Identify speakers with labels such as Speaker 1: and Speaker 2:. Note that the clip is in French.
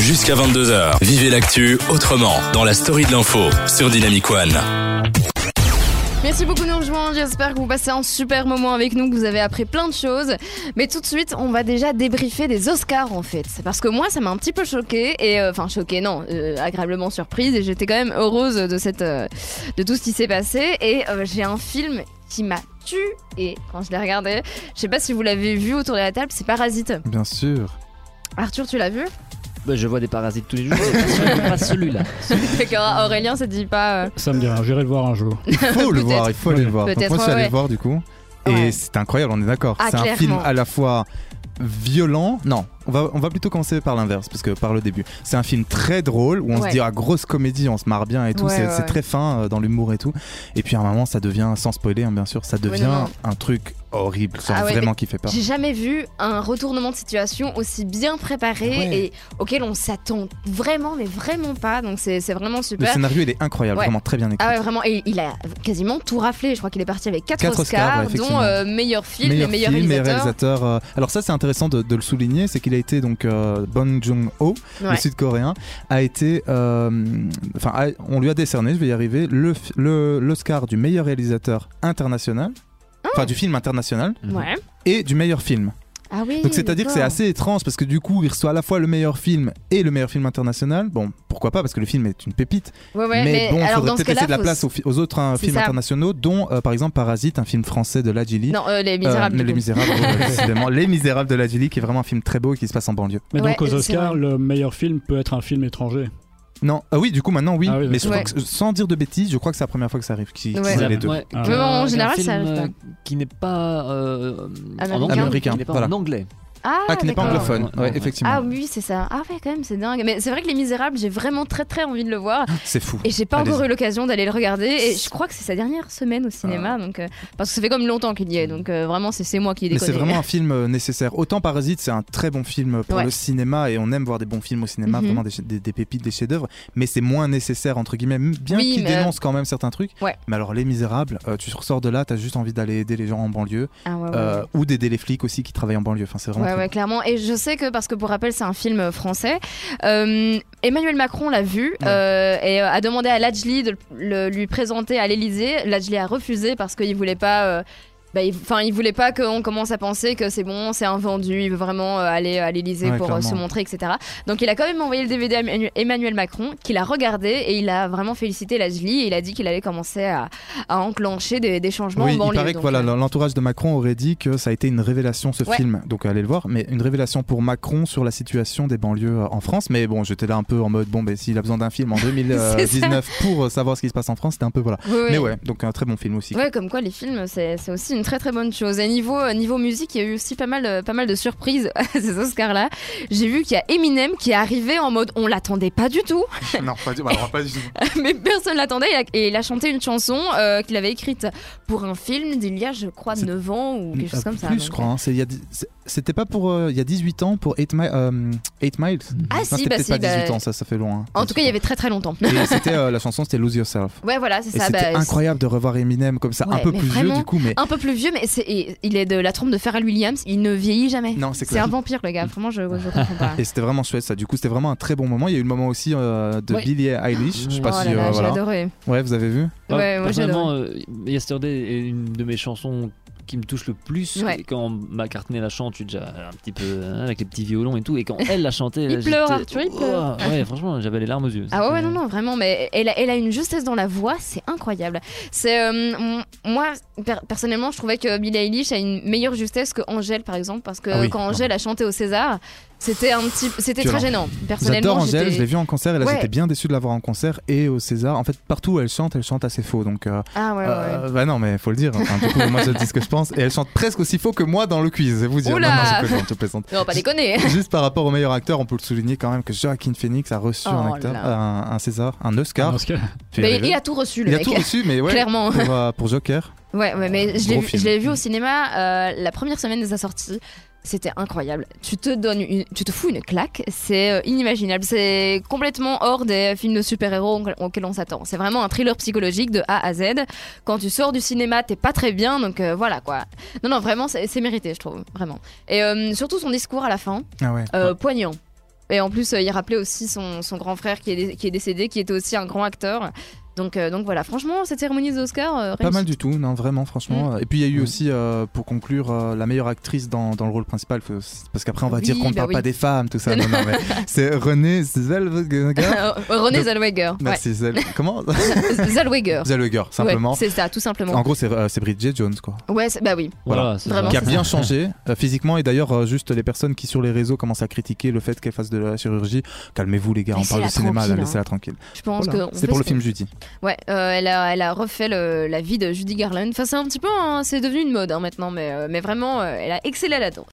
Speaker 1: Jusqu'à 22h, vivez l'actu autrement dans la story de l'info sur Dynamic One.
Speaker 2: Merci beaucoup de nous rejoindre. J'espère que vous passez un super moment avec nous, que vous avez appris plein de choses. Mais tout de suite, on va déjà débriefer des Oscars en fait. Parce que moi, ça m'a un petit peu choqué et euh, enfin choqué, non, euh, agréablement surprise. Et j'étais quand même heureuse de cette, euh, de tout ce qui s'est passé. Et euh, j'ai un film qui m'a tué quand je l'ai regardé. Je sais pas si vous l'avez vu autour de la table, c'est Parasite.
Speaker 3: Bien sûr.
Speaker 2: Arthur, tu l'as vu
Speaker 4: Bah, je vois des parasites tous les jours, mais pas celui- pas celui-là.
Speaker 2: D'accord, Aurélien, ça te dit pas. euh,
Speaker 5: Ça me dit rien, j'irai le voir un jour.
Speaker 3: Il faut le
Speaker 2: Peut-être.
Speaker 3: voir, il faut aller le voir. Donc
Speaker 2: Peut-être,
Speaker 3: moi, je suis allé
Speaker 2: ouais.
Speaker 3: le voir du coup. Et
Speaker 2: Ouais.
Speaker 3: c'est incroyable, on est d'accord.
Speaker 2: Ah,
Speaker 3: c'est un
Speaker 2: clairement.
Speaker 3: film à la fois violent. Non, on va, on va plutôt commencer par l'inverse, parce que par le début. C'est un film très drôle où on
Speaker 2: Ouais.
Speaker 3: se dit ah grosse comédie, on se marre bien et tout.
Speaker 2: Ouais,
Speaker 3: c'est
Speaker 2: ouais,
Speaker 3: c'est
Speaker 2: ouais.
Speaker 3: très fin euh, dans l'humour et tout. Et puis à un moment, ça devient, sans spoiler hein, bien sûr, ça devient
Speaker 2: non, non.
Speaker 3: un truc horrible, genre
Speaker 2: Ah ouais,
Speaker 3: vraiment qui fait peur.
Speaker 2: J'ai jamais vu un retournement de situation aussi bien préparé
Speaker 3: Ouais.
Speaker 2: et auquel on s'attend vraiment, mais vraiment pas. Donc c'est c'est vraiment
Speaker 3: Le
Speaker 2: super.
Speaker 3: scénario, il est incroyable,
Speaker 2: Ouais.
Speaker 3: vraiment très bien écrit.
Speaker 2: Ah ouais, vraiment. Et il a quasiment tout raflé. Je crois qu'il est parti avec 4
Speaker 3: Quatre
Speaker 2: Oscars,
Speaker 3: Oscars, ouais,
Speaker 2: dont
Speaker 3: effectivement.
Speaker 2: euh, meilleur film et meilleur
Speaker 3: film, meilleur
Speaker 2: réalisateur.
Speaker 3: réalisateur. euh, alors ça c'est intéressant de, de le souligner, c'est qu'il a été donc euh, Bong Joon-ho,
Speaker 2: Ouais.
Speaker 3: le Sud-Coréen, a été, euh, enfin a- on lui a décerné, je vais y arriver, le fi- le- l'Oscar du meilleur réalisateur international,
Speaker 2: Ah.
Speaker 3: enfin du film international
Speaker 2: Ouais.
Speaker 3: et du meilleur film.
Speaker 2: Ah oui.
Speaker 3: Donc c'est-à-dire que c'est
Speaker 2: d'accord.
Speaker 3: assez étrange parce que du coup il reçoit à la fois le meilleur film et le meilleur film international. Bon pourquoi pas parce que le film est une pépite.
Speaker 2: Ouais, ouais,
Speaker 3: mais, bon il
Speaker 2: alors dans ce
Speaker 3: faudrait peut-être laisser de
Speaker 2: cas-là,
Speaker 3: la
Speaker 2: faut
Speaker 3: place
Speaker 2: s-
Speaker 3: aux, fi- aux autres hein,
Speaker 2: C'est
Speaker 3: films
Speaker 2: ça.
Speaker 3: internationaux dont euh, par exemple Parasite, un film français de Ladjili.
Speaker 2: Non, euh, les
Speaker 3: Euh,
Speaker 2: misérables.
Speaker 3: mais
Speaker 2: du
Speaker 3: les
Speaker 2: coup.
Speaker 3: Misérables, ouais, décidément. Les Misérables de la Julie, qui est vraiment un film très beau et qui se passe en banlieue.
Speaker 5: Mais
Speaker 2: Ouais,
Speaker 5: donc aux
Speaker 2: c'est
Speaker 5: Oscars,
Speaker 2: vrai.
Speaker 5: le meilleur film peut être un film étranger.
Speaker 3: Non, ah oui, du coup, maintenant, oui.
Speaker 5: Ah oui,
Speaker 3: mais je
Speaker 2: d'accord.
Speaker 3: crois que- euh, sans dire de bêtises, je crois que c'est la première fois que ça arrive. Qui,
Speaker 2: Ouais.
Speaker 3: qu'ils aient les deux.
Speaker 4: Ouais,
Speaker 5: Ah.
Speaker 4: qu'un-
Speaker 2: Mais bon, en
Speaker 4: qu'un
Speaker 2: général,
Speaker 4: film,
Speaker 2: ça arrive pas.
Speaker 4: euh, Qui n'est pas euh,
Speaker 2: Américain.
Speaker 4: en anglais,
Speaker 3: Américain,
Speaker 4: qui n'est pas
Speaker 3: voilà.
Speaker 4: en anglais.
Speaker 2: Ah,
Speaker 3: Ah, qui n'est pas
Speaker 2: d'accord.
Speaker 3: anglophone.
Speaker 4: Ouais,
Speaker 3: Ouais,
Speaker 4: ouais.
Speaker 3: effectivement.
Speaker 2: Ah oui, c'est ça. Ah ouais, quand même, c'est dingue. Mais c'est vrai que Les Misérables, j'ai vraiment très très envie de le voir.
Speaker 3: C'est fou.
Speaker 2: Et j'ai pas
Speaker 3: Allez-y.
Speaker 2: encore eu l'occasion d'aller le regarder. Et je crois que c'est sa dernière semaine au cinéma. Donc, euh, parce que ça fait comme longtemps qu'il y est. Donc euh, vraiment, c'est c'est moi qui ai
Speaker 3: Ah. Mais c'est
Speaker 2: déconné.
Speaker 3: vraiment un film euh, nécessaire. Autant Parasite, c'est un très bon film pour
Speaker 2: Ouais.
Speaker 3: le cinéma et on aime voir des bons films au cinéma,
Speaker 2: Mhm.
Speaker 3: vraiment des, des- des pépites, des chefs-d'œuvre. Mais c'est moins nécessaire, entre guillemets, m- bien
Speaker 2: Oui,
Speaker 3: qu'il
Speaker 2: mais- euh,
Speaker 3: dénonce quand même certains trucs.
Speaker 2: Ouais.
Speaker 3: Mais alors, Les Misérables, euh, tu ressors de là, t'as juste envie d'aller aider les gens en banlieue
Speaker 2: Ah ouais, ouais.
Speaker 3: euh, ou d'aider les flics aussi qui travaillent en banlieue. Enfin, c'est vraiment
Speaker 2: Ouais,
Speaker 3: très
Speaker 2: ouais, clairement. Et je sais que, parce que pour rappel, c'est un film euh, français. euh, Emmanuel Macron l'a vu euh, et euh, a demandé à Lajli de le- le- lui présenter à l'Elysée. Lajli a refusé parce qu'il voulait pas. euh, bah, il- Enfin, il voulait pas qu'on commence à penser que c'est bon, c'est un vendu, il veut vraiment euh, aller à l'Elysée
Speaker 3: Ouais,
Speaker 2: pour euh, se
Speaker 3: clairement.
Speaker 2: montrer, etc. Donc, il a quand même envoyé le DVD à Emmanuel- Emmanuel Macron, qu'il a regardé et il a vraiment félicité Lajli et il a dit qu'il allait commencer à, à enclencher des, des changements
Speaker 3: Oui,
Speaker 2: en banlieue.
Speaker 3: il paraît que
Speaker 2: Donc,
Speaker 3: voilà,
Speaker 2: euh,
Speaker 3: l'entourage de Macron aurait dit que ça a été une révélation ce
Speaker 2: Ouais.
Speaker 3: film, donc allez le voir, mais une révélation pour Macron sur la situation des banlieues euh, en France. Mais bon, j'étais là un peu en mode bon, ben s'il a besoin d'un film en 2019 pour euh, savoir ce qui se passe en France, c'était un peu voilà.
Speaker 2: oui, oui.
Speaker 3: Mais ouais, donc un très bon film aussi.
Speaker 2: Ouais, comme quoi les films, c'est c'est aussi une très très bonne chose. Et niveau, euh, niveau musique, il y a eu aussi pas mal, euh, pas mal de surprises à ces Oscars-là. J'ai vu qu'il y a Eminem qui est arrivé en mode on l'attendait pas du tout,
Speaker 3: non, pas du, pas du
Speaker 2: mais personne l'attendait. Il a- Et il a chanté une chanson euh, qu'il avait écrite pour un film d'il y a, je crois,
Speaker 3: C'est-
Speaker 2: 9 ans ou quelque chose comme ça.
Speaker 3: Plus,
Speaker 2: donc,
Speaker 3: je crois. hein. C'est- il y a dix- c'est- C'était pas pour euh, il y a 18 ans pour 8 mi- euh, Eight Miles.
Speaker 2: Ah
Speaker 3: Non,
Speaker 2: si,
Speaker 3: c'était
Speaker 2: bah
Speaker 3: peut-être
Speaker 2: si,
Speaker 3: pas 18
Speaker 2: bah-
Speaker 3: ans, ça, ça fait loin. hein.
Speaker 2: euh, En tout cas, il y avait très très longtemps.
Speaker 3: Et c'était euh, la chanson, c'était Lose Yourself.
Speaker 2: Ouais, voilà, c'est
Speaker 3: Et
Speaker 2: ça.
Speaker 3: c'était
Speaker 2: bah,
Speaker 3: incroyable de revoir Eminem comme ça, un
Speaker 2: Ouais,
Speaker 3: peu
Speaker 2: mais
Speaker 3: plus vieux
Speaker 2: vraiment.
Speaker 3: du coup, mais
Speaker 2: c'est Un peu plus vieux, mais c'est et il est de la trompe de Pharrell Williams. Il ne vieillit jamais.
Speaker 3: non, c'est
Speaker 2: C'est
Speaker 3: clair.
Speaker 2: un vampire, le gars. Vraiment, je, je comprends pas.
Speaker 3: Et c'était vraiment chouette ça. Du coup, c'était vraiment un très bon moment. Il y a eu le moment aussi euh, de
Speaker 4: Oui.
Speaker 3: Billie Eilish. Je sais pas
Speaker 2: oh
Speaker 3: si
Speaker 2: là là,
Speaker 3: euh,
Speaker 2: j'ai
Speaker 3: voilà.
Speaker 2: adoré.
Speaker 3: Ouais, vous avez vu
Speaker 2: Ouais,
Speaker 4: Ouais,
Speaker 2: moi,
Speaker 4: personnellement, euh, Yesterday est une de mes chansons qui me touche le plus.
Speaker 2: Ouais.
Speaker 4: Et Quand McCartney la chante, je suis déjà un petit peu hein, avec les petits violons et tout. Et quand elle l'a chanté,
Speaker 2: Il
Speaker 4: là, j'étais-
Speaker 2: pleure, Arthur, il pleure.
Speaker 4: Oh, ouais, franchement, j'avais les larmes aux yeux.
Speaker 2: Ah ouais,
Speaker 4: C'était-
Speaker 3: euh,
Speaker 2: non, non, vraiment, mais elle a, elle a une justesse dans la voix, c'est incroyable. C'est euh, m- moi per- personnellement, je trouvais que Billie Eilish a une meilleure justesse que Angèle par exemple, parce que
Speaker 3: Ah oui,
Speaker 2: quand
Speaker 3: non.
Speaker 2: Angèle a chanté au César, c'était un petit, c'était
Speaker 3: Violent.
Speaker 2: très gênant.
Speaker 3: J'adore
Speaker 2: Personnellement,
Speaker 3: Angèle, je l'ai
Speaker 2: j'étais.
Speaker 3: vue en concert et là
Speaker 2: Ouais.
Speaker 3: j'étais bien déçu de la voir en concert et au César. En fait, partout où elle chante, elle chante assez faux. Donc, euh,
Speaker 2: Ah ouais, ouais, ouais.
Speaker 3: euh, bah non, mais faut le dire. Enfin, du coup, moi je dis ce que je pense et elle chante presque aussi faux que moi dans le quiz. Je vais vous dire.
Speaker 2: Oula
Speaker 3: Non, non, je plaisante, je plaisante.
Speaker 2: Non, pas déconner.
Speaker 3: Juste par rapport au meilleur acteur, on peut le souligner quand même que Joaquin Phoenix a reçu un,
Speaker 2: Oh
Speaker 3: acteur,
Speaker 2: là.
Speaker 3: un, un César, un Oscar.
Speaker 5: Parce que-
Speaker 3: Tu y
Speaker 2: Mais
Speaker 3: arrives
Speaker 2: il a tout reçu, le
Speaker 3: Il a
Speaker 2: mec.
Speaker 3: tout reçu, mais ouais.
Speaker 2: Clairement.
Speaker 3: Pour, euh, pour Joker.
Speaker 2: Ouais, ouais, mais je l'ai
Speaker 3: Gros
Speaker 2: vu,
Speaker 3: film.
Speaker 2: je l'ai vu au cinéma euh, la première semaine de sa sortie. C'était incroyable. Tu te donnes, une- tu te fous une claque. C'est euh, inimaginable. C'est complètement hors des films de super-héros auxquels- auxquels on s'attend. C'est vraiment un thriller psychologique de A à Z. Quand tu sors du cinéma, t'es pas très bien, donc euh, voilà quoi. Non, non, vraiment, c'est c'est mérité, je trouve, vraiment. Et euh, surtout son discours à la fin,
Speaker 3: Ah ouais.
Speaker 2: euh, poignant. Et en plus, euh, il rappelait aussi son, son grand frère qui est, qui est décédé, qui était aussi un grand acteur. Donc, euh, donc voilà, franchement, cette cérémonie des Oscars. euh,
Speaker 3: Pas mal
Speaker 2: réussie.
Speaker 3: du tout, non, vraiment, franchement. Et puis il y a eu
Speaker 4: Mm.
Speaker 3: aussi, euh, pour conclure, euh, la meilleure actrice dans, dans le rôle principal, que- parce qu'après on va
Speaker 2: Oui,
Speaker 3: dire qu'on ne
Speaker 2: bah
Speaker 3: parle
Speaker 2: oui.
Speaker 3: pas des femmes, tout ça. non, non, mais c'est René Zellweger.
Speaker 2: René
Speaker 3: Donc-
Speaker 2: Zellweger. Ouais.
Speaker 3: Merci, Zell... Comment
Speaker 2: Zellweger.
Speaker 3: Zellweger, simplement.
Speaker 2: Ouais, c'est ça, tout simplement.
Speaker 3: en gros, c'est euh, c'est Bridget Jones, quoi.
Speaker 2: Ouais, c'est- bah oui.
Speaker 3: Voilà.
Speaker 4: Voilà, c'est
Speaker 2: Vraiment,
Speaker 4: ça.
Speaker 3: qui a bien changé euh, physiquement et d'ailleurs euh, juste les personnes qui sur les réseaux commencent à critiquer le fait qu'elle fasse de la chirurgie calmez-vous les gars on parle
Speaker 2: Laissez-la
Speaker 3: de cinéma là,
Speaker 2: tranquille, hein.
Speaker 3: laissez-la tranquille
Speaker 2: Je pense
Speaker 3: Voilà.
Speaker 2: que. on
Speaker 3: c'est
Speaker 2: fait
Speaker 3: pour
Speaker 2: ce
Speaker 3: le
Speaker 2: qu'on-
Speaker 3: film Judy
Speaker 2: Ouais, euh, elle, a, elle a refait le- la vie de Judy Garland. Enfin, c'est un petit peu. un- c'est devenu une mode hein, maintenant, mais, euh, mais vraiment, euh, elle a excellé là-dedans.